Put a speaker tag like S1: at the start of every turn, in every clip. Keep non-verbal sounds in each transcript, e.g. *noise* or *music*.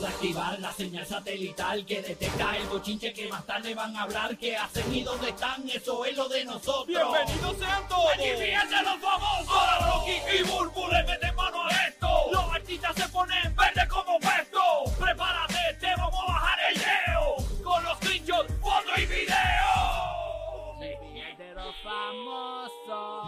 S1: de activar la señal satelital que detecta el bochinche que más tarde van a hablar. ¿Qué hacen y dónde están? Eso es lo de nosotros.
S2: ¡Bienvenidos sean todos!
S1: ¡Aquí fíjense los famosos!
S2: Ahora Rocky y Burbu le meten mano a esto.
S1: Los artistas se ponen verde como puesto. Prepárate, te vamos a bajar el leo. Con los trinchos, foto y video.
S3: de los famosos.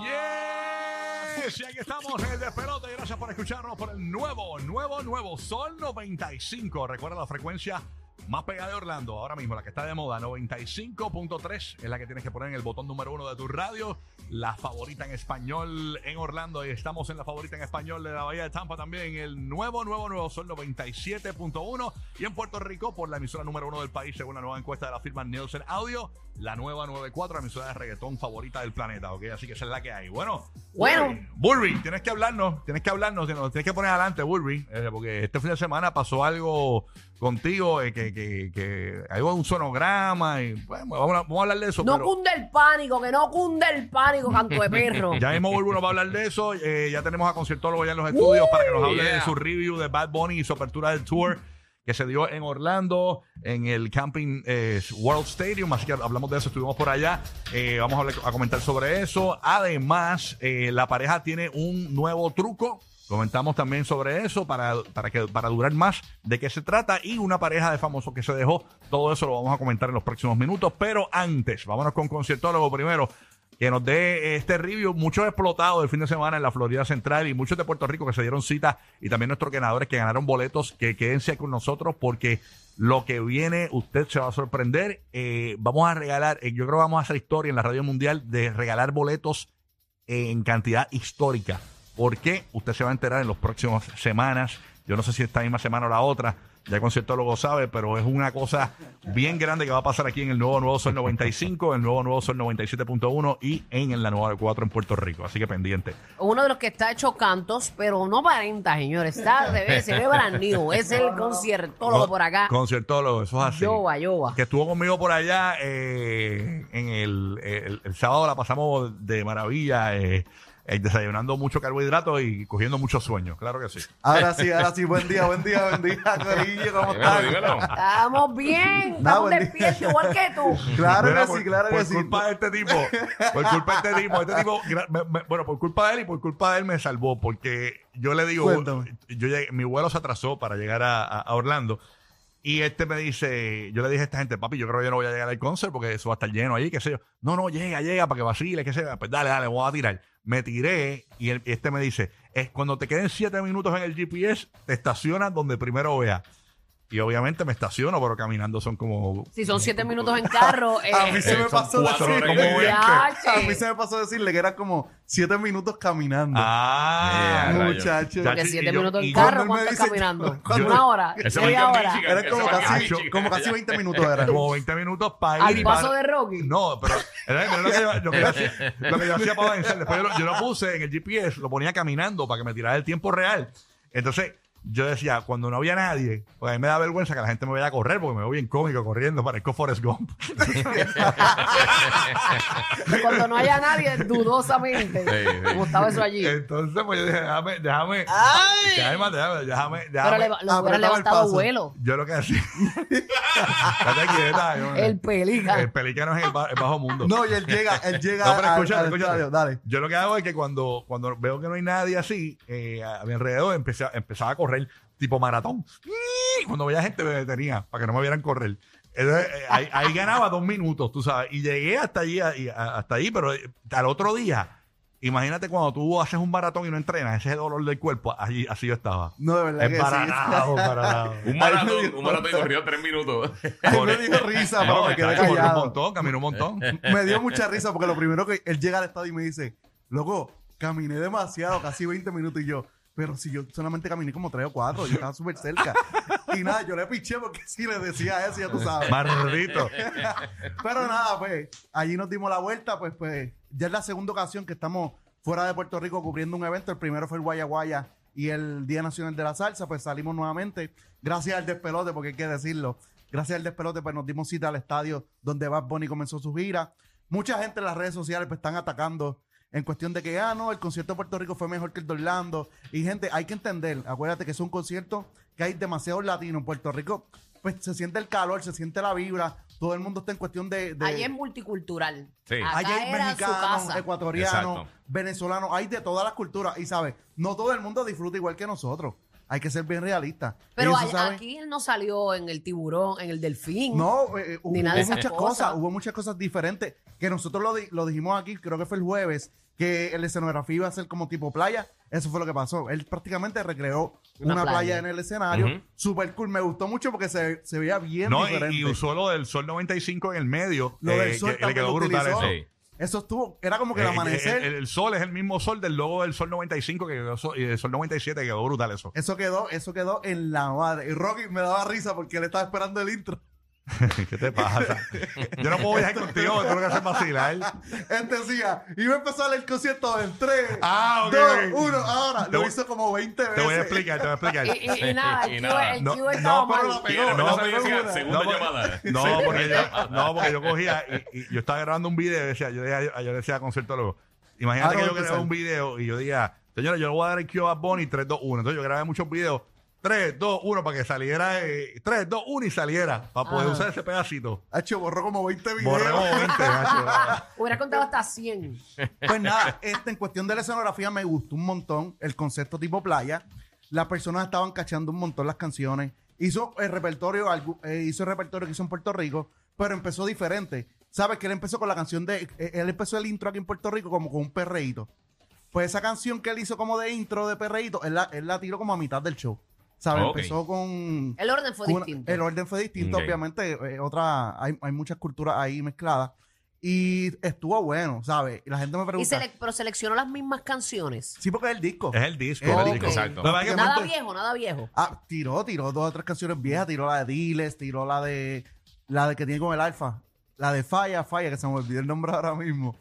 S2: Yes, y aquí estamos en el despelote. Gracias por escucharnos por el nuevo, nuevo, nuevo Sol 95. Recuerda la frecuencia más pegada de Orlando ahora mismo, la que está de moda, 95.3 es la que tienes que poner en el botón número uno de tu radio. La favorita en español en Orlando y estamos en la favorita en español de la Bahía de Tampa también. El nuevo, nuevo, nuevo Sol 97.1 y en Puerto Rico por la emisora número uno del país según la nueva encuesta de la firma Nielsen Audio, la nueva 94, la emisora de reggaetón favorita del planeta, ¿ok? Así que esa es la que hay. Bueno, pues,
S3: Bueno.
S2: Burry, tienes que hablarnos, tienes que hablarnos, tienes tienes que poner adelante, Burry, eh, porque este fin de semana pasó algo contigo, eh, que, que, que algo de un sonograma, y bueno, vamos a, vamos a hablar de eso.
S3: No
S2: pero
S3: cunde el pánico, que no cunde el pánico, canto de perro.
S4: *laughs*
S2: ya mismo Burry nos va a hablar de eso, eh, ya tenemos a conciertólogo ya en los estudios para que nos hable de su review de Bad Bunny y su apertura del tour que se dio en Orlando, en el Camping eh, World Stadium, así que hablamos de eso, estuvimos por allá, eh, vamos a, hablar- a comentar sobre eso. Además, eh, la pareja tiene un nuevo truco, comentamos también sobre eso para, para, que, para durar más de qué se trata y una pareja de famosos que se dejó, todo eso lo vamos a comentar en los próximos minutos, pero antes, vámonos con conciertólogo primero. Que nos dé este review, muchos explotados del fin de semana en la Florida Central y muchos de Puerto Rico que se dieron cita y también nuestros ganadores que ganaron boletos, que quédense con nosotros porque lo que viene usted se va a sorprender. Eh, vamos a regalar, eh, yo creo que vamos a hacer historia en la radio mundial de regalar boletos en cantidad histórica. ¿Por qué? Usted se va a enterar en las próximas semanas. Yo no sé si esta misma semana o la otra. Ya el conciertólogo sabe, pero es una cosa bien grande que va a pasar aquí en el nuevo Nuevo Sol 95, el nuevo Nuevo Sol 97.1 y en la nueva 4 en Puerto Rico. Así que pendiente.
S3: Uno de los que está hecho cantos, pero no aparenta, señores. Está de vez, se ve brand new. Es el conciertólogo
S2: Con-
S3: por acá.
S2: Conciertólogo, eso es así.
S3: Yoba, yoba.
S2: que estuvo conmigo por allá eh, en el, el- el sábado la pasamos de maravilla eh, eh, desayunando mucho carbohidrato y cogiendo mucho sueño claro que sí
S4: Ahora sí, ahora sí, buen día, buen día, buen día, Corillo, ¿cómo
S5: Dímelo,
S4: están?
S5: dímelo.
S3: Estamos bien,
S4: *laughs* Nada,
S3: estamos
S4: buen día.
S3: despiertos, igual que tú.
S4: Claro
S2: Mira,
S4: que sí, claro
S2: por
S4: que sí.
S2: culpa de este tipo por culpa de este tipo este tipo gra- me- me- bueno por culpa de él y por culpa de él me salvó porque yo le digo
S4: Cuéntame.
S2: yo llegué- mi vuelo se atrasó para llegar a, a- a Orlando y este me dice, yo le dije a esta gente, papi, yo creo que yo no voy a llegar al concert porque eso va a estar lleno allí, qué sé yo. No, no, llega, llega para que vacile, qué sé yo. Pues dale, dale, voy a tirar. Me tiré y el- este me dice, es cuando te queden siete minutos en el GPS, te estacionas donde primero veas. Y obviamente me estaciono, pero caminando son como...
S3: Si son siete minutos en carro, eh,
S4: *laughs* A mí se
S2: Eh,
S4: me
S2: son
S4: pasó
S2: cuatro
S4: decirle-
S2: horas como veinte.
S3: Yache.
S4: A mí se me pasó decirle que era como siete minutos caminando.
S2: Ah,
S5: Eh, rayos.
S4: muchacho.
S2: Ya,
S3: porque
S2: sí,
S3: siete
S2: y yo-
S3: minutos
S2: y
S3: en
S2: yo-
S3: carro,
S4: cuando él me
S3: ¿cuánto estás
S4: dice- *laughs*
S3: caminando?
S4: cuando-
S3: ¿Una hora?
S5: Ese
S3: ¿Media
S5: Michael
S3: hora?
S5: Michigan.
S4: Era como
S5: Eso va
S4: casi,
S5: caminando.
S4: como casi 20 minutos era.
S2: como 20 minutos para ir.
S3: ¿Al
S2: y
S3: paso
S2: para-
S3: de Rocky?
S2: No, pero era- era lo, que yo, lo que yo hacía, lo que yo hacía para vencer. Después yo lo, yo lo puse en el GPS, lo ponía caminando para que me tirara el tiempo real. Entonces yo decía, cuando no había nadie, pues a mí me da vergüenza que la gente me vaya a correr porque me veo bien cómico corriendo para el Forrest Gump.
S3: Cuando no haya nadie,
S4: *laughs*
S3: dudosamente.
S5: Sí, sí.
S3: Como estaba eso allí.
S4: Eh,
S2: Entonces pues yo dije, déjame, déjame, déjame, déjame, déjame,
S3: Pero le,
S2: déjame.
S3: le hubiera
S4: apretaba el
S3: levantado
S4: paso.
S3: vuelo.
S2: Yo lo que hacía. *laughs* Estate quieta, yo-
S3: El
S2: El
S3: pelícano.
S2: pelicano es el, ba- el bajo mundo.
S4: No, y él llega, él llega
S2: No, pero
S4: al-
S2: escúchate,
S4: al
S2: escúchate.
S4: estadio, dale.
S2: Yo lo que hago es que cuando, cuando veo que no hay nadie así, eh, a a mi alrededor empecé, a- empezaba a correr tipo maratón. ¡Ii! Cuando veía gente me detenía para que no me vieran correr. Entonces, eh, ahí, ahí ganaba dos minutos, tú sabes. Y llegué hasta allí, a- y a- hasta ahí, pero eh, al otro día, imagínate cuando tú haces un maratón y no entrenas, ese es el dolor del cuerpo, allí, así yo estaba.
S4: No, de verdad que sí. *laughs*
S2: Embaratado, embaratado.
S5: Un
S4: Ay, me
S5: maratón,
S4: dio-
S5: un maratón y corrió tres
S6: *laughs*
S5: minutos.
S4: Ay,
S5: Por
S4: me dio risa, pero me quedé
S2: Chacho, corrí un
S4: callado.
S2: montón, caminé un
S4: *laughs*
S2: montón.
S4: Me dio mucha risa porque lo primero que él llega al estadio y me dice, loco, caminé demasiado, casi 20 minutos y yo, pero si yo solamente caminé como 3 o 4, yo estaba súper cerca. Y nada, yo le piché porque si le decía eso, ya tú sabes.
S2: Maldito.
S4: Pero nada, pues, allí nos dimos la vuelta, pues, pues, ya es la segunda ocasión que estamos fuera de Puerto Rico cubriendo un evento. El primero fue el Guaya Guaya y el Día Nacional de la Salsa, pues salimos nuevamente. Gracias al despelote, porque hay que decirlo. Gracias al despelote, pues nos dimos cita al estadio donde Bad Bunny comenzó su gira. Mucha gente en las redes sociales pues, están atacando en cuestión de que, ah, no, el concierto de Puerto Rico fue mejor que el de Orlando. Y gente, hay que entender, acuérdate que es un concierto que hay demasiados latinos en Puerto Rico. Pues se siente el calor, se siente la vibra, todo el mundo está en cuestión de... de
S3: Allí es multicultural.
S5: Sí.
S3: Acá
S4: Allí hay
S3: era su
S4: mexicanos,
S3: casa.
S4: ecuatorianos,
S5: Exacto.
S4: venezolanos, hay de todas las culturas. Y sabes, no todo el mundo disfruta igual que nosotros. Hay que ser bien realistas.
S3: Pero
S4: Ellos
S3: a-
S4: saben-
S3: aquí él no salió en el tiburón, en el delfín.
S4: No, eh, eh, hubo,
S3: Ni nada de
S4: hubo
S3: esas
S4: muchas cosas.
S3: cosas.
S4: hubo muchas cosas diferentes que nosotros lo, di- lo dijimos aquí, creo que fue el jueves, que la escenografía iba a ser como tipo playa. Eso fue lo que pasó. Él prácticamente recreó una,
S3: Una
S4: playa.
S3: playa.
S4: en el escenario.
S5: Ujú.
S4: Super cool, me gustó mucho porque se, se veía bien
S2: No, y,
S4: diferente.
S2: y usó lo del sol 95 en el medio.
S4: Lo
S2: eh,
S4: del sol
S2: que- le
S4: también
S2: quedó
S4: lo
S2: brutal
S4: utilizó.
S2: eso.
S5: Sí.
S4: Eso estuvo, era como que el
S2: Eh,
S4: amanecer.
S2: el- el- el sol es el mismo sol del logo del sol 95 que quedó, so- y el sol 97 que quedó brutal eso. *laughs*
S4: Eso quedó, eso quedó en la madre. Y Rocky me daba risa porque él estaba esperando el intro.
S2: ¿Qué te pasa? Yo no puedo viajar contigo, tengo que hacer vacilar.
S4: Él decía, iba a empezar el concierto en 3,
S2: Ah, ok,
S4: 2,
S2: ok.
S4: 1, ahora.
S2: Te
S4: Lo
S2: voy-
S4: hizo como 20 veces.
S2: Te voy a explicar, te voy a explicar.
S3: Y, y- y nada, el
S5: Y
S3: chivo-
S5: nada.
S3: el
S2: No,
S3: chivo
S2: no,
S3: estaba
S2: pero
S3: mal.
S2: la pegó. No,
S5: Esa es
S4: segura.
S5: la segunda
S2: No, porque-
S5: llamada.
S2: No, porque yo, no, porque yo cogía y, y yo estaba grabando un video y decía, yo, decía- yo decía a conciertólogo, imagínate
S4: Ahora
S2: que
S4: voy
S2: yo
S4: a empezar.
S2: grabé un video y yo diga, señora, yo le voy a dar el cue a Bad Bunny 3, 2, 1. Entonces yo grabé muchos videos, 3, 2, 1, para que saliera, eh, 3, 2, 1 y saliera, para poder
S3: Ajá.
S2: usar ese pedacito.
S4: Hacho, borró como 20 videos.
S2: Borré como 20, macho.
S3: *laughs* Hubiera contado hasta 100.
S4: Pues nada, este, en cuestión de la escenografía me gustó un montón el concepto tipo playa. Las personas estaban cachando un montón las canciones. Hizo el repertorio, algu- eh, hizo el repertorio que hizo en Puerto Rico, pero empezó diferente. ¿Sabes? Que él empezó con la canción de. eh, él empezó el intro aquí en Puerto Rico como con un perreíto. Pues esa canción que él hizo como de intro de perreíto, él la, él la tiró como a mitad del show. ¿Sabes?
S5: Ok.
S4: Empezó con.
S3: El orden fue
S4: Una-
S3: distinto.
S4: El orden fue distinto,
S5: Ok.
S4: obviamente. eh, otra, hay, hay muchas culturas ahí mezcladas. Y estuvo bueno, ¿sabes? Y la gente me
S3: y
S4: pregunta.
S3: sele- pero seleccionó las mismas canciones.
S4: Sí, porque es el disco.
S2: *laughs* Es el disco. pues,
S4: Es el
S2: el
S4: disco,
S5: exacto.
S2: Lo que pasa es que
S3: Nada
S2: pronto-
S3: viejo, nada viejo.
S4: Ah, tiró, tiró dos o tres canciones viejas. Tiró la de Diles, tiró la de. La de que tiene con el Alfa. La de Falla, Falla, que se me olvidó el nombre ahora mismo.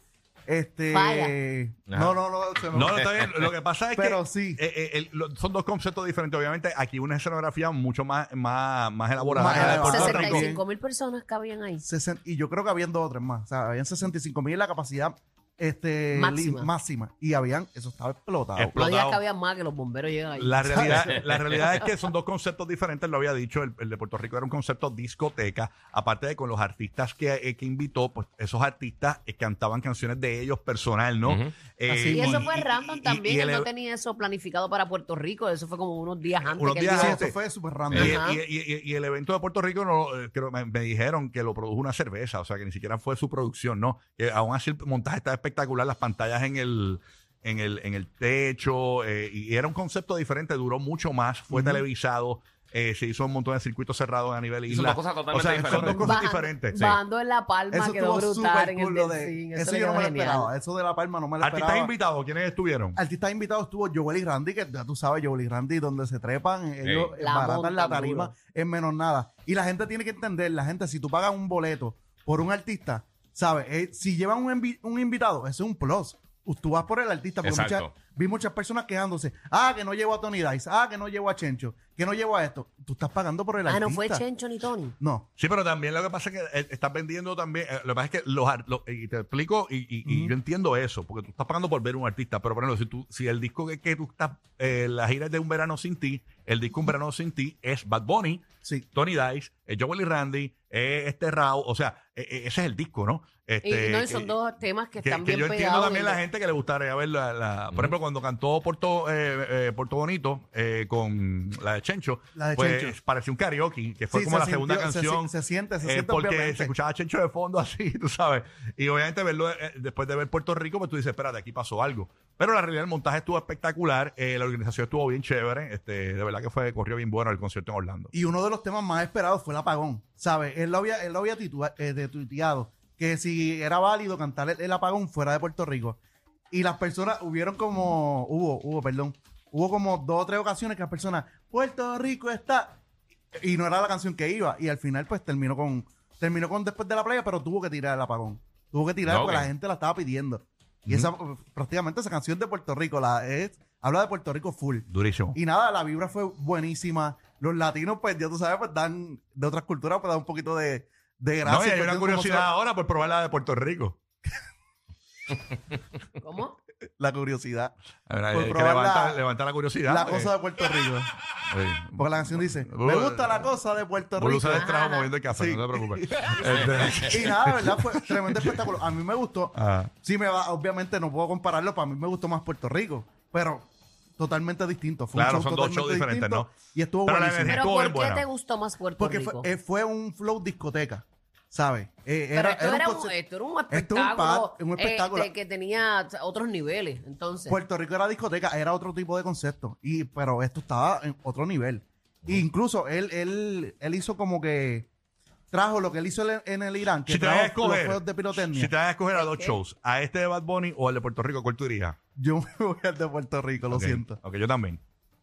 S4: Este.
S3: Falla.
S4: No, no, no. se me-
S2: No, no, está bien. Lo que pasa es
S4: Pero
S2: que
S4: sí.
S2: eh, eh, el- lo- son dos conceptos diferentes. Obviamente, aquí una escenografía mucho más, más, más elaborada.
S4: Más
S2: que Ah, la de
S4: elaborada.
S2: Puerto Rico.
S3: 65 mil personas cabían ahí.
S4: Sesen- y yo creo que habían dos o tres más. O sea, habían 65 mil la capacidad este,
S3: Máxima.
S4: li- máxima. Y habían, eso estaba explotado.
S2: Explotado.
S3: No digas que había más que los bomberos llegan ahí.
S2: La
S3: *laughs*
S2: realidad, la realidad es que son dos conceptos diferentes, lo había dicho, el, el de Puerto Rico era un concepto discoteca, aparte de con los artistas que, eh, que invitó, pues esos artistas eh, cantaban canciones de ellos personal, ¿no?
S5: Ujú.
S2: Eh,
S4: Así
S3: y eso
S2: y-
S3: fue
S2: y-
S3: random
S2: y-
S3: también.
S2: y
S3: él
S2: el-
S3: no tenía eso planificado para Puerto Rico. Eso fue como unos días antes.
S2: Unos
S3: que
S2: días
S3: él
S4: Sí,
S3: dijo,
S2: antes.
S4: eso fue súper
S2: Y,
S4: random.
S3: Ajá.
S2: y- y- y- y el evento de Puerto Rico no, eh, creo, me, me dijeron que lo produjo una cerveza, o sea que ni siquiera fue su producción, ¿no? Que aún así el montaje estaba espectacular, las pantallas en el, en el, en el techo, eh, y era un concepto diferente, duró mucho más, fue
S4: Ujú.
S2: televisado, eh, se hizo un montón de circuitos cerrados a nivel
S5: Y son
S2: isla.
S5: dos cosas
S2: O
S5: totalmente
S2: sea, son dos
S5: diferentes.
S2: cosas
S3: Bajando-
S2: diferentes. sí.
S3: Bajando Pues, en La Palma quedó
S4: Eso estuvo
S3: brutal
S4: súper
S3: en el
S4: cool. Lo
S3: delfín.
S4: de, eso yo no me lo esperaba. Eso de La Palma no me lo
S2: Artistas
S4: esperaba.
S2: invitados, ¿quiénes estuvieron?
S4: Artistas invitados estuvo Joel y Randy, que ya tú sabes, Joel y Randy, donde se trepan, ellos eh,
S3: La
S4: baratan la
S3: montan
S4: tarima
S3: duro.
S4: en menos nada. Y la gente tiene que entender, la gente, si tú pagas un boleto por un artista, ¿sabes? Eh, si llevan un, envi- un invitado, eso es un plus. Tú vas por el artista, porque muchas,
S5: Exacto.
S4: vi muchas personas quejándose, ah, que no llevo a Tony Dice, ah, que no llevo a Chencho, que no llevo a esto. Tú estás pagando por el
S3: Ah,
S4: artista.
S3: no fue Chencho ni Tony.
S4: No.
S2: Sí, pero también lo que pasa es que eh, estás vendiendo también. eh, lo que pasa es que los, ar- lo- y te explico y, y- y
S4: Ujú.
S2: yo entiendo eso, porque tú estás pagando por ver un artista. Pero por ejemplo, si, tú, si el disco que, que tú estás, eh, la gira es de Un Verano Sin Ti, el disco Un Verano Sin Ti es Bad Bunny,
S4: Sí.
S2: Tony Dice, eh, Joel y Randy, eh, este Rao, o sea, eh, eh, ese es el disco, ¿no?
S3: Y, y
S2: Este,
S3: no, y son
S2: eh,
S3: dos temas que,
S2: que,
S3: están
S2: que
S3: bien
S2: yo entiendo
S3: pegados
S2: también
S3: de-
S2: la gente que le gustaría ver la, la- por
S5: Ujú.
S2: ejemplo cuando cantó Porto eh, eh, Porto Bonito eh, con la de Chencho
S4: La de
S2: pues
S4: Chencho.
S2: pareció un karaoke que fue
S4: Sí,
S2: como la
S4: se
S2: segunda
S4: sintió- se si-
S2: canción
S4: Se, siente, se
S2: eh,
S4: siente
S2: porque
S4: obviamente.
S2: se escuchaba Chencho de fondo *laughs* así, tú sabes. Y obviamente verlo eh, después de ver Puerto Rico, pues tú dices, espérate, aquí pasó algo. Pero la realidad, el montaje estuvo espectacular, eh, la organización estuvo bien chévere, este, de verdad que fue, corrió bien bueno el concierto en Orlando.
S4: Y uno de los temas más esperados fue el apagón, ¿sabes? Él lo había, él lo había titua- eh, de- tuiteado, que si era válido cantar el, el apagón fuera de Puerto Rico. Y las personas hubieron como, hubo, hubo, perdón, hubo como dos o tres ocasiones que las personas, Puerto Rico está, y no era la canción que iba. Y al final pues terminó con, terminó con después de la playa, pero tuvo que tirar el apagón. Tuvo que
S2: Ah,
S4: tirar
S5: No,
S4: porque
S5: ok.
S4: la gente la estaba pidiendo. Y esa, prácticamente esa canción de Puerto Rico, la es, habla de Puerto Rico full.
S2: Durísimo.
S4: Y nada, la vibra fue buenísima. Los latinos, pues ya tú sabes, pues dan de otras culturas, pues dan un poquito de, de gracia.
S2: no, y hay
S4: Pues,
S2: una
S4: como
S2: curiosidad
S4: se-
S2: ahora por probar la de Puerto Rico.
S4: *laughs*
S3: ¿Cómo?
S4: la curiosidad.
S2: A ver, hay
S4: Por
S2: que
S4: probar
S2: levanta,
S4: la-
S2: levanta la curiosidad.
S4: La
S2: porque-
S4: cosa de Puerto Rico.
S2: Sí.
S4: Porque la canción dice, me gusta la cosa de Puerto Rico.
S2: Bolusa del trabajo moviendo el café,
S4: Sí.
S2: no te
S4: *laughs*
S2: preocupes. Este,
S4: Y nada, ¿verdad? Fue tremendo espectáculo. A mí me gustó.
S2: ah,
S4: Sí, me va, obviamente no puedo compararlo, para mí me gustó más Puerto Rico, pero totalmente distinto. Fue un
S2: Claro,
S4: show
S2: son dos shows
S4: totalmente
S2: diferentes,
S4: distinto
S2: ¿no?
S4: Y estuvo
S2: Pero la
S4: buenísimo.
S2: energía- Estuvo
S3: Pero ¿por qué
S2: bien buena.
S3: te gustó más Puerto
S4: Porque
S3: Rico?
S4: fue, eh, fue un flow discoteca, ¿sabes? Eh,
S3: Pero
S4: era,
S3: esto,
S4: era
S3: era
S4: un
S3: un,
S4: conce-
S3: esto era un
S4: esto era un
S3: espectáculo,
S4: pa- un espectáculo.
S3: este, que tenía o sea, otros niveles. Entonces,
S4: Puerto Rico era discoteca, era otro tipo de concepto, y pero esto estaba en otro nivel. E incluso él, él, él hizo como que trajo lo que él hizo en- en el Irán, que
S2: Si te
S4: trajo
S2: vas a
S4: los
S2: escoger,
S4: juegos de pirotecnia.
S2: si te vas a escoger a dos
S3: ¿Qué?
S2: shows, a este de Bad Bunny o al de Puerto Rico, ¿cuál tú dirías?
S4: Yo me voy al de Puerto Rico, lo
S2: Ok,
S4: siento.
S2: Ok, yo también.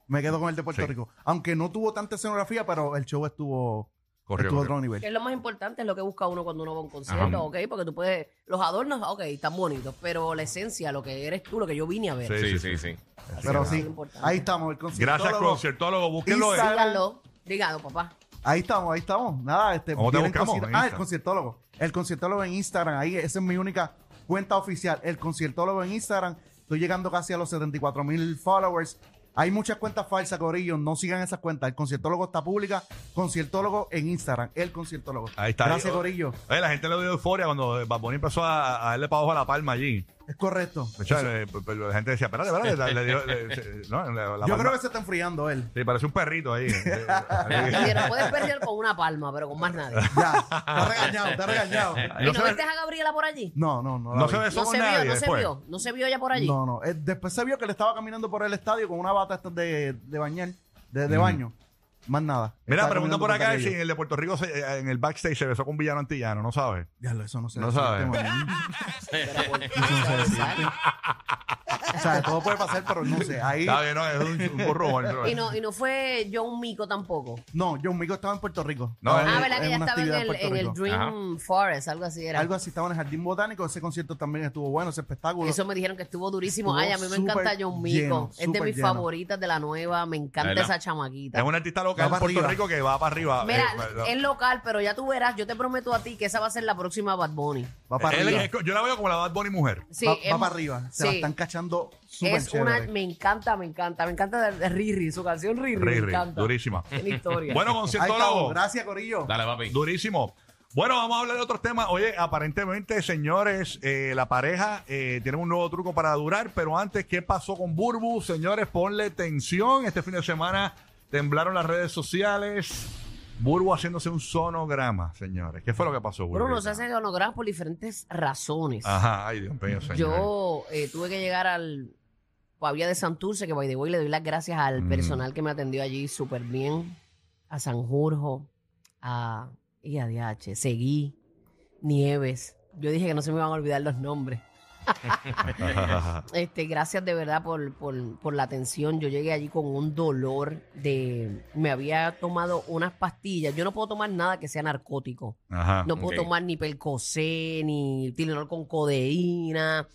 S4: Me quedo con el de Puerto
S2: Sí.
S4: Rico. Aunque no tuvo tanta escenografía, pero el show estuvo,
S2: Corrió,
S4: estuvo a
S2: corrió.
S4: otro nivel.
S3: que es lo más importante, es lo que busca uno cuando uno va a un concierto,
S2: Ajá.
S3: ¿ok? Porque tú puedes, los adornos, ok, están bonitos, pero la esencia, lo que eres tú, lo que yo vine a ver.
S2: Sí,
S5: Sí,
S2: sí,
S5: sí, sí.
S4: Pero
S3: Así que
S4: sí,
S3: nada. Importante.
S4: ahí estamos, el conciertólogo.
S2: Gracias, conciertólogo. Búsquenlo.
S4: Isa-
S2: eh.
S3: Díganlo, dígalo, papá.
S4: Ahí estamos, ahí estamos. Nada, este.
S2: ¿Cómo te
S4: viene el
S2: buscamos?
S4: concierto-
S2: En
S4: Ah, el
S2: Insta.
S4: conciertólogo. El conciertólogo en Instagram. Ahí, esa es mi única cuenta oficial. El conciertólogo en Instagram. Estoy llegando casi a los 74 mil followers. Hay muchas cuentas falsas, Corillo. No sigan esas cuentas. El conciertólogo está pública. Conciertólogo en Instagram. El conciertólogo.
S2: Ahí está.
S4: Gracias,
S2: Yo-
S4: Corillo.
S2: Oye, Eh, la gente le dio euforia cuando eh, Bad Bunny empezó a, a darle para abajo a la palma allí.
S4: Es correcto.
S2: O sea, eh, p- p- la gente decía, espérate, espérate. le- le dio- le- se- no, la- la
S4: Yo
S2: palma-
S4: creo que se está enfriando él.
S2: Sí, parece un perrito ahí.
S4: *laughs*
S2: Eh, ahí.
S3: Oye, no puedes perder con una palma, pero con más nadie.
S4: Ya, está regañado,
S2: *laughs*
S4: está regañado.
S3: ¿Y
S2: No
S3: no,
S2: se ve-
S3: viste a Gabriela por allí?
S4: No, no, no. la
S2: No
S4: vi.
S2: se besó
S3: No
S2: con
S3: se vio,
S2: nadie
S3: no se
S2: después.
S3: vio, no se vio ya por allí.
S4: No, no. Eh, después se vio que le estaba caminando por el estadio con una bata esta de, de bañar, de, de baño. Más nada.
S2: Mira,
S4: Estaba
S2: pregunta
S4: caminando
S2: por acá si
S4: aquello.
S2: en el de Puerto Rico, se- eh, en el backstage, se besó con Villano Antillano, no sabes.
S4: Diablo, eso no se
S2: No
S4: decía,
S2: sabe.
S4: este man.
S3: Pero ¿por qué?
S2: *laughs*
S4: O sea, todo puede pasar, pero no sé. Ahí.
S2: Está bien, no, es un, un
S3: *laughs*
S2: burro.
S3: y, no, y no fue John Mico tampoco.
S4: No, yo un mico estaba en Puerto Rico.
S2: No,
S4: Estaba
S2: eh,
S3: Ah,
S4: en-
S3: ¿verdad? Que
S4: en
S3: ya
S4: una
S3: estaba en
S4: actividad
S3: el,
S4: Puerto
S3: en el
S4: Rico.
S3: Dream Forest, algo así era.
S4: Algo así estaba en el jardín botánico. Ese concierto también estuvo bueno, ese espectáculo.
S3: Eso me dijeron que estuvo durísimo.
S4: Estuvo
S3: Ay, a mí me
S4: súper
S3: encanta John Mico.
S4: lleno,
S3: es de
S4: súper
S3: mis
S4: lleno.
S3: favoritas de la nueva. Me encanta
S5: ¿Verdad?
S3: esa chamaquita.
S2: Es un artista local
S4: Va
S2: en
S4: para
S2: Puerto
S4: arriba.
S2: Rico que va para arriba.
S3: Mira,
S2: Eh, bueno,
S3: es local, pero ya tú verás. Yo te prometo a ti que esa va a ser la próxima Bad Bunny.
S4: va para
S2: él
S4: arriba.
S2: es- yo la veo como la Bad Bunny mujer.
S3: Sí,
S4: va,
S3: es-
S4: va para arriba. Se la
S3: sí.
S4: están cachando súper
S3: Es una,
S4: chévere.
S3: me encanta, me encanta. Me encanta de, de Riri, su canción Riri. me
S2: Riri,
S3: encanta.
S2: durísima.
S3: Tiene
S2: *laughs*
S3: historia.
S2: Bueno,
S4: Ahí estamos.
S2: conciertólogo.
S4: Gracias, Corillo.
S5: Dale, papi.
S2: Durísimo. Bueno, vamos a hablar de otros temas. Oye, aparentemente, señores, eh, la pareja eh, tiene un nuevo truco para durar, pero antes, ¿qué pasó con Burbu? Señores, ponle tensión. Este fin de semana temblaron las redes sociales. Burbu haciéndose un sonograma, señores. ¿Qué fue lo que pasó, Burbu?
S3: Bruno se hace sonogramas por diferentes razones.
S2: Ajá, ay, Dios mío, señor.
S3: Yo eh, tuve que llegar al Pavía de Santurce, que by the way le doy las gracias al
S2: Mm.
S3: personal que me atendió allí súper bien, a Sanjurjo, a IADH, Seguí, Nieves. Yo dije que no se me iban a olvidar los nombres. *laughs* Este, gracias de verdad por, por- por la atención. Yo llegué allí con un dolor de... Me había tomado unas pastillas. Yo no puedo tomar nada que sea narcótico.
S2: Ajá.
S3: No puedo
S5: ok.
S3: tomar ni Pelcosé, ni Tilenol con codeína.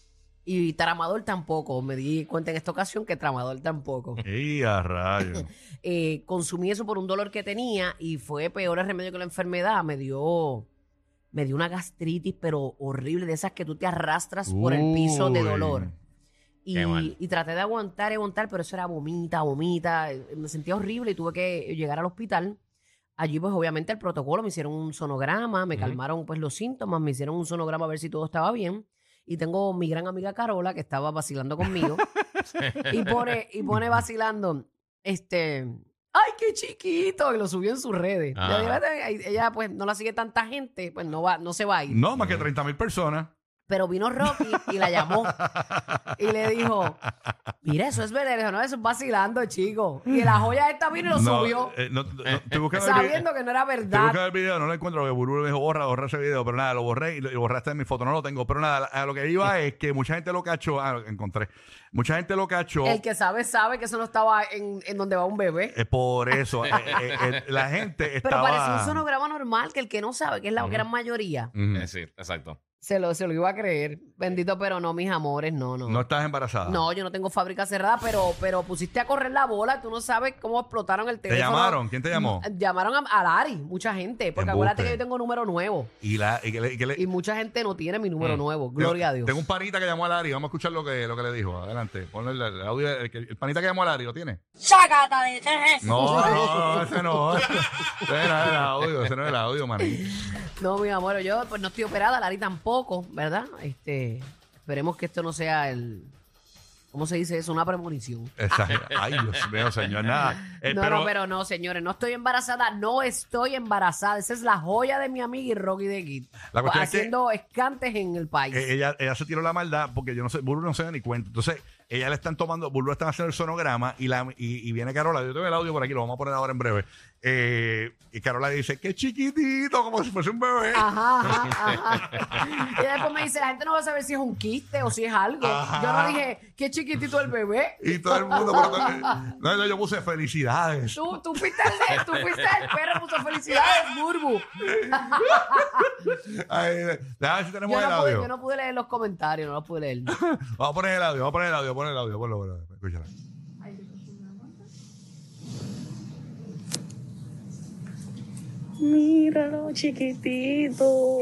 S3: Y Tramador tampoco. Me di cuenta en esta ocasión que Tramador tampoco.
S2: Y a rayos.
S3: Eh, consumí eso por un dolor que tenía y fue peor el remedio que la enfermedad. Me dio, me dio una gastritis, pero horrible, de esas que tú te arrastras por el piso de
S2: Uy.
S3: dolor. Y,
S5: Qué mal.
S3: y traté de aguantar y aguantar, pero eso era vomita, vomita. eh, Me sentía horrible y tuve que llegar al hospital. Allí, pues, obviamente, el protocolo, me hicieron un sonograma, me
S5: Ujú.
S3: calmaron, pues, los síntomas, me hicieron un sonograma a ver si todo estaba bien. Y tengo mi gran amiga Carola, que estaba vacilando
S5: *laughs*
S3: conmigo, y pone, y pone vacilando, este, ¡ay, qué chiquito! Y lo subió en sus redes. Yo
S5: Ajá.
S3: digo, "Ay, Ella, pues, no la sigue tanta gente, pues, no, va, no se va a ir.
S2: No, más que 30 mil personas.
S3: Pero vino Rocky y la llamó y le dijo, mira, eso es verdad. Y le dijo, no, eso es vacilando, chico. Y la joya esta vino y lo
S2: no,
S3: subió,
S2: eh, no, no, estoy buscando el video-
S3: sabiendo que no era
S2: Estoy
S3: verdad.
S2: buscando el video, no lo encuentro. Lo que Burbu me dijo, borra, borra ese video. Pero nada, lo borré y lo y borraste de mi foto. No lo tengo. Pero nada, a lo que iba es que mucha gente lo cachó. Ah, lo encontré. Mucha gente lo cachó.
S3: El que sabe, sabe que eso no estaba en, en donde va un bebé.
S2: eh, por
S3: *laughs*
S2: eso. eh, eh, eh, la gente
S3: Pero
S2: estaba...
S3: parece un sonograma normal que el que no sabe, que es la
S5: Ujú.
S3: gran mayoría,
S2: Ujú.
S5: Eh, Sí, exacto.
S3: Se lo, se lo iba a creer. Bendito, pero no, mis amores, no, no.
S2: No estás embarazada.
S3: No, yo no tengo fábrica cerrada, pero, pero pusiste a correr la bola. Tú no sabes cómo explotaron el
S2: ¿Te
S3: teléfono.
S2: llamaron? ¿Quién te llamó?
S3: Mm, Llamaron a, a Lari, mucha gente.
S2: Embuste.
S3: Porque acuérdate que yo tengo número nuevo.
S2: Y, la, y que le- y que le-
S3: Y mucha gente no tiene mi número
S2: Mm.
S3: nuevo. Gloria a Dios.
S2: Tengo un panita que llamó a Lari. Vamos a escuchar lo que, lo que le dijo. Adelante. Ponle el, el audio. El, que- el panita que llamó a Lari, ¿lo
S3: *laughs*
S2: tiene?
S5: Sácata de tres.
S2: No, no, ese no. Ese no es el audio, ese no es el audio, man.
S3: *laughs* No, mi amor, yo pues no estoy operada, Lari tampoco, ¿verdad? Este, esperemos que esto no sea el. ¿Cómo se dice eso? Una premonición.
S2: Exacto. Ay, Dios mío, señor, nada. Eh,
S3: no,
S2: pero,
S3: no, pero no, señores, no estoy embarazada, no estoy embarazada. Esa es la joya de mi amiga y Rocky de Kid.
S2: La cuestión es que-
S3: haciendo escantes en el país.
S2: eh, ella, ella se tiró la maldad porque yo no sé, Burbu no se da ni cuenta. Entonces, ella le están tomando, Burbu le están haciendo el sonograma y, la, y, y viene Carola. Yo tengo el audio por aquí, lo vamos a poner ahora en breve. Eh, y Carola dice, qué chiquitito, como si fuese un bebé.
S3: Ajá, ajá, ajá. Y después me dice, la gente no va a saber si es un quiste o si es algo.
S2: Ajá.
S3: Yo no dije, qué chiquitito el bebé.
S2: Y todo el mundo, pero todo- no, no, yo puse felicidades.
S3: Tú, tú fuiste el, tú fuiste el perro, puso
S2: *laughs*
S3: felicidades, Burbu.
S2: Ay, déjame ver si tenemos
S3: Yo
S2: el
S3: no, pude,
S2: audio.
S3: yo no pude leer los comentarios, no los pude leer.
S2: Vamos a poner el audio, vamos a poner el audio, poner el audio, ponlo, ponlo, escúchala.
S7: Míralo, chiquitito.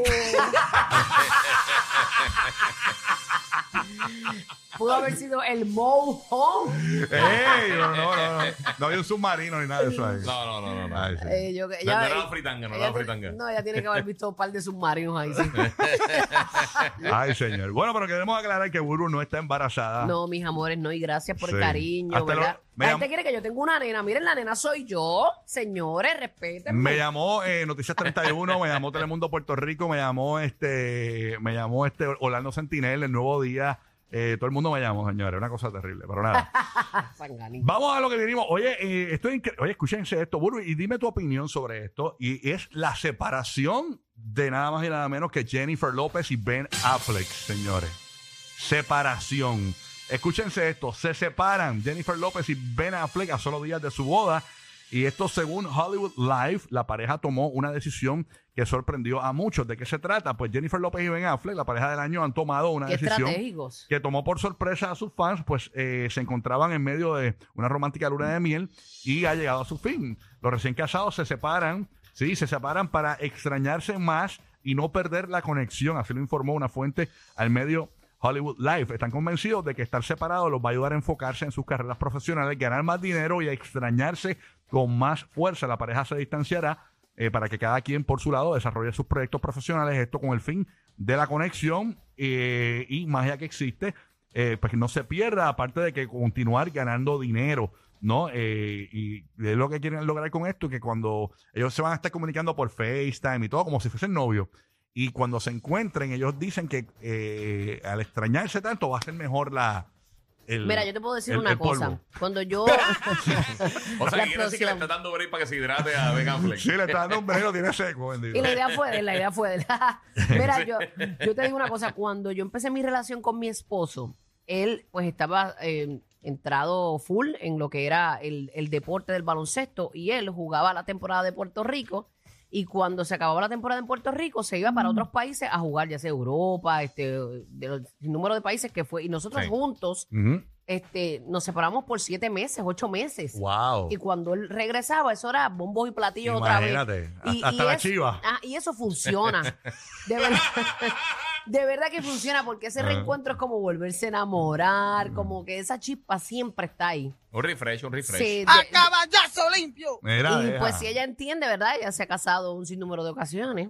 S3: Pudo haber sido el mohawk.
S2: ¡Ey! No, no, no, no. No había un submarino ni nada de eso ahí.
S6: No, no, no, no. no.
S2: Ay, sí.
S3: Eh, yo,
S6: No, no
S3: ella,
S6: era la fritanga, no era la
S3: ella-
S6: fritanga.
S3: no, ella tiene que haber visto un par de submarinos ahí.
S2: *laughs*
S3: sí.
S2: Ay, señor. Bueno, pero queremos aclarar que Burbu no está embarazada.
S3: No, mis amores, no, y gracias por
S2: Sí.
S3: el cariño,
S2: Hasta
S3: ¿verdad?
S2: lo- me
S3: la
S2: llam-
S3: gente quiere que yo tenga una nena. Miren, la nena soy yo. Señores, respétenme.
S2: Me llamó eh, Noticias 31, me llamó Telemundo Puerto Rico, me llamó este, me llamó este Orlando Sentinel, el nuevo día. Eh, todo el mundo me llamó, señores. Una cosa terrible, pero nada.
S3: Sanganito.
S2: Vamos a lo que vinimos. Oye, eh, estoy incre- Oye, escúchense esto, Burbu, y dime tu opinión sobre esto. Y es la separación de nada más y nada menos que Jennifer López y Ben Affleck, señores. Separación. Escúchense esto. Se separan Jennifer López y Ben Affleck a solo días de su boda. Y esto según Hollywood Live, la pareja tomó una decisión que sorprendió a muchos. ¿De qué se trata? Pues Jennifer López y Ben Affleck, la pareja del año, han tomado una
S3: Qué
S2: decisión
S3: estratégicos.
S2: que tomó por sorpresa a sus fans, pues eh, se encontraban en medio de una romántica luna de miel y ha llegado a su fin. Los recién casados se separan, sí, se separan para extrañarse más y no perder la conexión, así lo informó una fuente al medio Hollywood Life. Están convencidos de que estar separados los va a ayudar a enfocarse en sus carreras profesionales, ganar más dinero y a extrañarse con más fuerza. La pareja se distanciará eh, para que cada quien por su lado desarrolle sus proyectos profesionales, esto con el fin de la conexión eh, y magia que existe, eh, pues que no se pierda, aparte de que continuar ganando dinero, ¿no? Eh, y es lo que quieren lograr con esto, que cuando ellos se van a estar comunicando por FaceTime y todo, como si fuesen novios, y cuando se encuentren, ellos dicen que eh, al extrañarse tanto va a ser mejor la... el-
S3: Mira, yo te puedo decir
S2: el-
S3: una
S2: el polvo.
S3: cosa. Cuando yo.
S6: O sea,
S3: La
S6: que quiere decir que
S3: explosión.
S6: le está dando break para que se hidrate a Ben Affleck.
S2: *laughs* Sí, le está dando un brego, tiene seco, bendito.
S3: Y la idea fue de él, la idea fue de *laughs* él. Mira, yo, yo te digo una cosa, cuando yo empecé mi relación con mi esposo, él pues estaba eh, entrado full en lo que era el, el deporte del baloncesto y él jugaba la temporada de Puerto Rico y cuando se acababa la temporada en Puerto Rico se iba para otros países a jugar, ya sea Europa, este, de los- el número de países que fue y nosotros
S6: Sí.
S3: juntos
S2: Ujú.
S3: este, nos separamos por siete meses, ocho meses.
S2: Wow.
S3: Y cuando él regresaba, eso era bombos y platillos otra vez.
S2: Imagínate, hasta- hasta la
S3: es-
S2: chiva.
S3: ah, y
S2: *laughs*
S3: eso funciona. De verdad, *laughs* de verdad que funciona, porque ese
S2: Ah.
S3: reencuentro es como volverse a enamorar, como que esa chispa siempre está ahí.
S6: Un refresh, un refresh.
S3: Se- de-
S5: caballazo limpio!
S2: Mira,
S3: y
S2: deja.
S3: pues si ella entiende, ¿verdad? Ella se ha casado un sinnúmero de ocasiones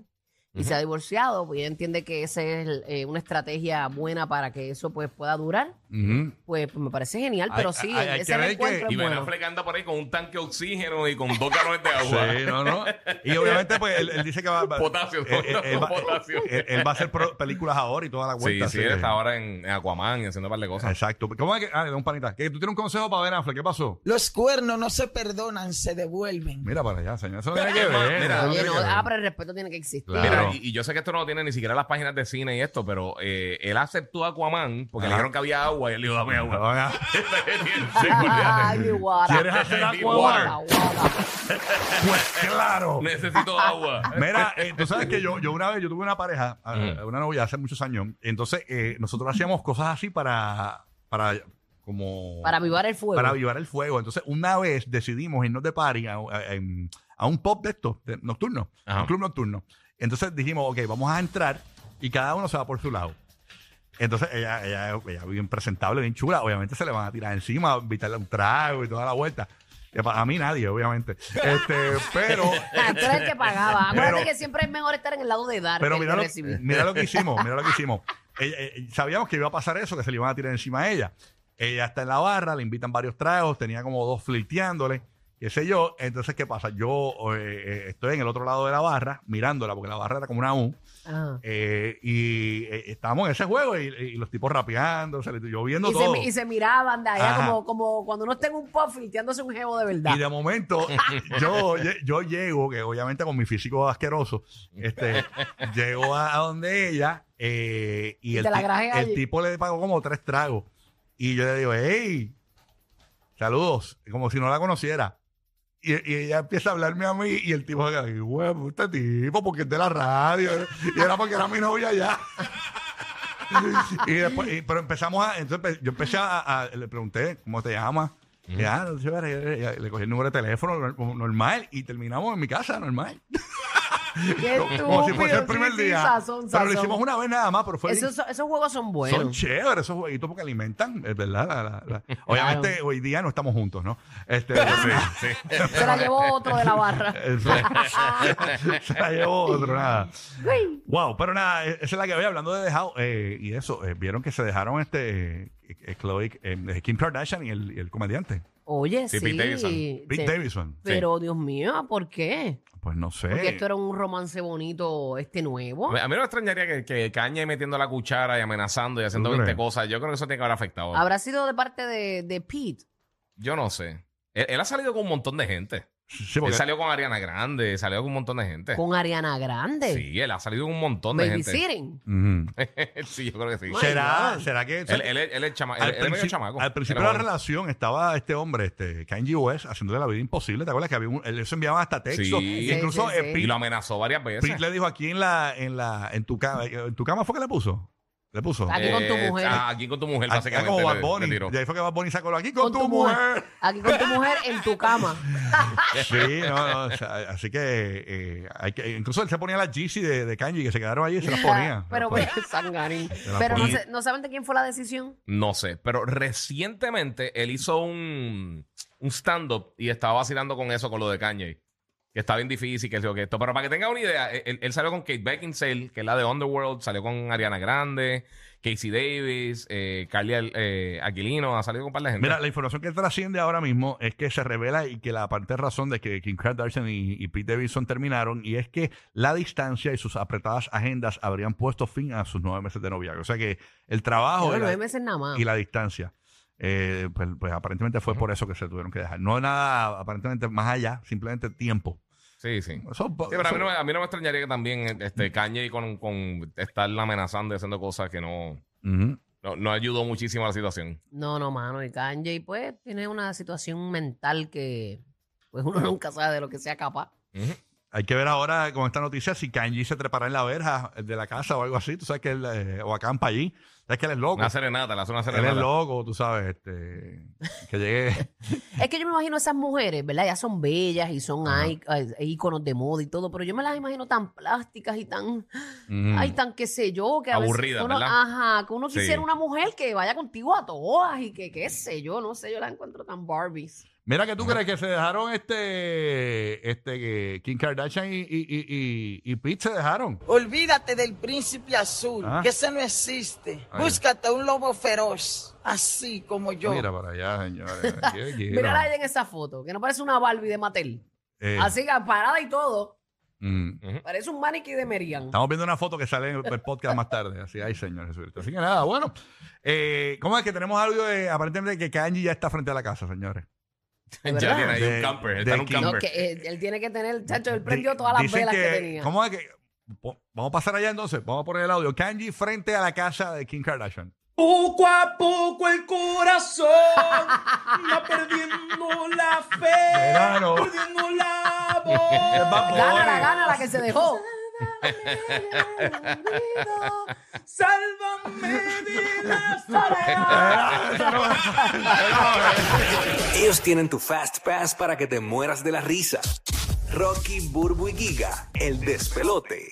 S3: y se ha divorciado, pues ella entiende que esa es el, eh, una estrategia buena para que eso pues pueda durar.
S2: Ujú.
S3: Pues, pues, me parece genial, pero
S2: Hay-
S3: sí,
S2: hay- hay
S3: ese
S2: que ver que-
S3: reencuentro
S6: Y
S3: es
S6: Ben
S3: bueno.
S6: Affleck anda por ahí con un tanque de oxígeno y con dos galones de agua.
S2: Sí, no, no. *laughs* Y obviamente, pues él, él dice que va. va-
S6: Potasio,
S2: él, él- él va, eh,
S6: potasio.
S2: él- él va a hacer pro- películas ahora y toda la
S6: Sí,
S2: vuelta.
S6: sí,
S2: así
S6: él
S2: que-
S6: está ahora en, en Aquaman y haciendo un par de cosas.
S2: Exacto. ¿Cómo es que.? Ah, un panita. ¿Que ¿Tú tienes un consejo para Ben Affleck? ¿Qué pasó?
S8: Los cuernos no se perdonan, se devuelven.
S2: Mira para allá, señor. Eso no tiene que ver.
S6: Mira,
S2: eso no
S3: Oye,
S2: tiene
S3: no,
S2: que ver.
S3: ah, pero el respeto tiene que existir.
S2: Claro.
S6: Mira,
S2: Claro.
S6: y, y yo sé que esto no lo tiene ni siquiera las páginas de cine y esto, pero eh, él aceptó a Aquaman porque le
S2: Ajá.
S6: dijeron que había agua y él dijo, *laughs* dame agua. Sí,
S3: Ay,
S6: olvídate.
S3: mi guara.
S2: ¿Quieres hacer
S6: Need
S2: Aquaman?
S3: Guara, guara.
S2: Pues claro.
S6: Necesito agua.
S2: Mira, eh, tú sabes que yo, yo una vez, yo tuve una pareja, a-
S6: Mm.
S2: a una novia hace muchos años, entonces eh, nosotros hacíamos cosas así para, para, como...
S3: Para avivar el fuego.
S2: Para avivar el fuego. Entonces, una vez decidimos irnos de party a, a- en- a un pop de estos, de- nocturno,
S6: Ajá.
S2: un club nocturno. Entonces dijimos, ok, vamos a entrar y cada uno se va por su lado. Entonces, ella, ella, ella bien presentable, bien chula. Obviamente se le van a tirar encima, invitarle a un trago y toda la vuelta. Y pa- A mí nadie, obviamente. Este, pero,
S3: Ah, tú eres el que pagaba. Acuérdate
S2: Pero-
S3: que siempre es mejor estar en el lado de dar
S2: pero
S3: que el
S2: mira,
S3: de
S2: lo,
S3: recibir.
S2: mira lo que hicimos, mira lo que hicimos. Ella- eh, sabíamos que iba a pasar eso, que se le iban a tirar encima a ella. Ella está en la barra, le invitan varios tragos, tenía como dos flirteándole, qué sé yo. Entonces, ¿qué pasa? Yo eh, eh, estoy en el otro lado de la barra, mirándola, porque la barra era como una U.
S3: Ajá.
S2: Eh, y eh, estábamos en ese juego y, y los tipos rapeando, se le- yo viendo
S3: Y se,
S2: todo.
S3: mi- y se miraban de allá
S2: Ajá.
S3: como, como cuando uno está en un pub filteándose un jevo de verdad.
S2: Y de momento, *laughs* yo, lle- yo llego, que obviamente con mi físico asqueroso, este, *laughs* llego a, a donde ella eh, y,
S3: Y
S2: el,
S3: te la
S2: ti-
S3: grajeas
S2: el
S3: allí.
S2: tipo le pagó como tres tragos. Y yo le digo, hey, saludos, como si no la conociera. Y, y ella empieza a hablarme a mí y el tipo, "Ay, huevo, este tipo, porque es de la radio. Y era porque era mi novia ya. *laughs* y después, y- pero empezamos a, entonces empe- yo empecé a, a- le pregunté, ¿cómo te llamas? Y, "Ah, no sé, pero yo- yo- yo- le cogí el número de teléfono nor- como normal y terminamos en mi casa normal.
S3: Qué
S2: Como si fuese el
S3: estúpido,
S2: primer
S3: sí, sí,
S2: día.
S3: sazón,
S2: Pero lo
S3: sazón.
S2: hicimos una vez nada más, pero fue
S3: Esos, son- esos juegos son buenos.
S2: son chéveres esos jueguitos porque alimentan, es verdad. la- la- la- Obviamente hoy día no estamos juntos, ¿no?
S3: *laughs*
S2: Este,
S6: Sí, sí.
S3: Se la llevó otro
S2: *laughs*
S3: de la barra. *laughs*
S2: se la llevó otro, nada. Wow, pero nada, e- esa es la que había hablando de dejado. eh, y eso, eh, vieron que se dejaron este eh, eh, Khloe, eh, Kim Kardashian y el, y el comediante,
S3: Oye, sí.
S6: Sí, Pete Davidson.
S2: Pete
S3: te-
S2: Davidson.
S3: Pero Dios mío, ¿por qué?
S2: Pues no sé.
S3: Porque esto era un romance bonito, este nuevo.
S6: A mí no me extrañaría que, que Kanye metiendo la cuchara y amenazando y haciendo
S2: ¿Tú
S6: 20
S2: crees?
S6: cosas. Yo creo que eso tiene que haber
S2: oh.
S6: afectado.
S3: Habrá sido de parte de, de Pete.
S6: Yo no sé. Él, él ha salido con un montón de gente.
S2: Sí,
S6: Él
S2: porque-
S6: salió con Ariana Grande, salió con un montón de gente.
S3: Con Ariana Grande.
S6: Sí, él ha salido con un montón de gente.
S3: Babysitting.
S2: Ujú.
S6: *laughs* sí, yo creo que sí.
S3: My
S2: ¿Será,
S3: God.
S2: ¿Será que.?
S6: Él, él, él es chama- él-
S2: al,
S6: él es medio
S2: principi-
S6: chamaco.
S2: al principio de
S6: Era
S2: la
S6: joven.
S2: relación estaba este hombre, este Kanye West, haciéndole la vida imposible. ¿Te acuerdas que había un, él se enviaba hasta texto?
S6: Sí.
S2: Y incluso
S3: Sí, sí,
S2: eh,
S3: sí.
S2: Pete-
S6: Y lo amenazó varias veces.
S2: Pete le dijo aquí en la, en la, en tu cama, en tu cama fue que le puso, le puso.
S3: Aquí con tu mujer.
S6: ah, aquí con tu mujer,
S2: Aquí-
S6: básicamente.
S2: como Bad
S6: le-
S2: Bunny.
S6: le tiró.
S2: Y ahí fue que Bad Bunny sacó lo aquí con, tu, mujer.
S3: Aquí con tu mujer en tu cama.
S2: *laughs* Sí, no, no, o sea, así que, eh, hay que- incluso él se ponía las GC de, de Kanye que se quedaron ahí y se las ponía. Pues,
S3: Pero,
S2: Se las
S3: *laughs* pero, sangarín.
S2: la
S3: Pero no,
S2: ponía.
S3: sé- no saben de quién fue la decisión.
S6: No sé, pero recientemente él hizo un, un stand-up y estaba vacilando con eso, con lo de Kanye. Que está bien difícil, que es lo que esto. Pero para que tengan una idea, e, él, él salió con Kate Beckinsale, que es la de Underworld, salió con Ariana Grande, Casey Davis, eh, Carly eh, Aquilino, ha salido con un par de gente.
S2: Mira, la información que trasciende ahora mismo es que se revela y que la parte de razón de que Kim Kardashian y, y Pete Davidson terminaron y es que la distancia y sus apretadas agendas habrían puesto fin a sus nueve meses de noviazgo. O sea que el trabajo y
S3: Llevo
S2: la-
S3: nueve meses nada más.
S2: Ah, y la distancia. Eh, pues, pues aparentemente fue por eso que se tuvieron que dejar. No nada aparentemente más allá, simplemente tiempo.
S6: Sí, sí.
S2: Eso-
S6: Sí, pero a mí, no,
S2: eso-
S6: me- a mí no me extrañaría que también este, Kanye con, con estar amenazando y haciendo cosas que no,
S2: Ujú.
S6: no, no ayudó muchísimo a la situación.
S3: No, no, mano. Y Kanye, pues, tiene una situación mental que pues uno *laughs* nunca sabe de lo que sea capaz.
S2: Hay que ver ahora con esta noticia si Kanye se trepará en la verja de la casa o algo así. Tú sabes que él, eh, o acampa allí. Sabes que él es loco.
S6: Una serenata, le hace una
S2: Él
S6: serenata.
S2: es loco, tú sabes. Este, que llegue. *laughs*
S3: Es que yo me imagino esas mujeres, ¿verdad? Ya son bellas y son i- eh, íconos de moda y todo, pero yo me las imagino tan plásticas y tan,
S2: Mm.
S3: ay, tan qué sé yo, que a veces
S6: Aburridas,
S3: uno,
S6: ¿verdad?
S3: ajá, que uno
S6: Sí.
S3: quisiera una mujer que vaya contigo a todas y que qué sé yo, no sé, yo las encuentro tan Barbies.
S2: Mira que tú crees que se dejaron este, este que Kim Kardashian y, y, y, y- y Pete se dejaron.
S5: Olvídate del príncipe azul,
S2: Ah.
S5: que ese no existe.
S2: Ah, ya.
S5: Búscate un lobo feroz, así como yo.
S2: Mira para allá,
S3: *laughs*
S2: señores. ¿Qué quiero?
S3: Mírala ahí en esa foto, que no parece una Barbie de Mattel.
S2: Eh,
S3: Así que parada y todo,
S2: mm.
S3: parece un maniquí de Merian.
S2: Estamos viendo una foto que sale en el- el podcast más tarde. Así, ay, señor Jesucristo. Así que nada, bueno. Eh, ¿Cómo es que tenemos algo de, aparentemente, que Kanji ya está frente a la casa, señores?
S3: ¿De
S6: ya
S3: verdad?
S6: tiene ahí
S2: De-
S6: un camper,
S2: de
S6: está en un
S2: Kim-
S3: No,
S6: camper.
S3: que él, él tiene que tener, chacho, él
S2: Di-
S3: prendió todas las
S2: dicen
S3: velas que, tenía.
S2: ¿Cómo es que po- vamos a pasar allá entonces. Vamos a poner el audio. Kanji frente a la casa de Kim Kardashian.
S1: Poco a poco el corazón va perdiendo la fe,
S2: Verano.
S1: perdiendo la
S2: Es
S1: voz.
S2: Bad Bunny.
S3: Gana la gana la que se dejó.
S1: Sálvame de la soledad.
S9: Ellos tienen tu Fast Pass para que te mueras de la risa. Rocky, Burbu y Giga, el despelote.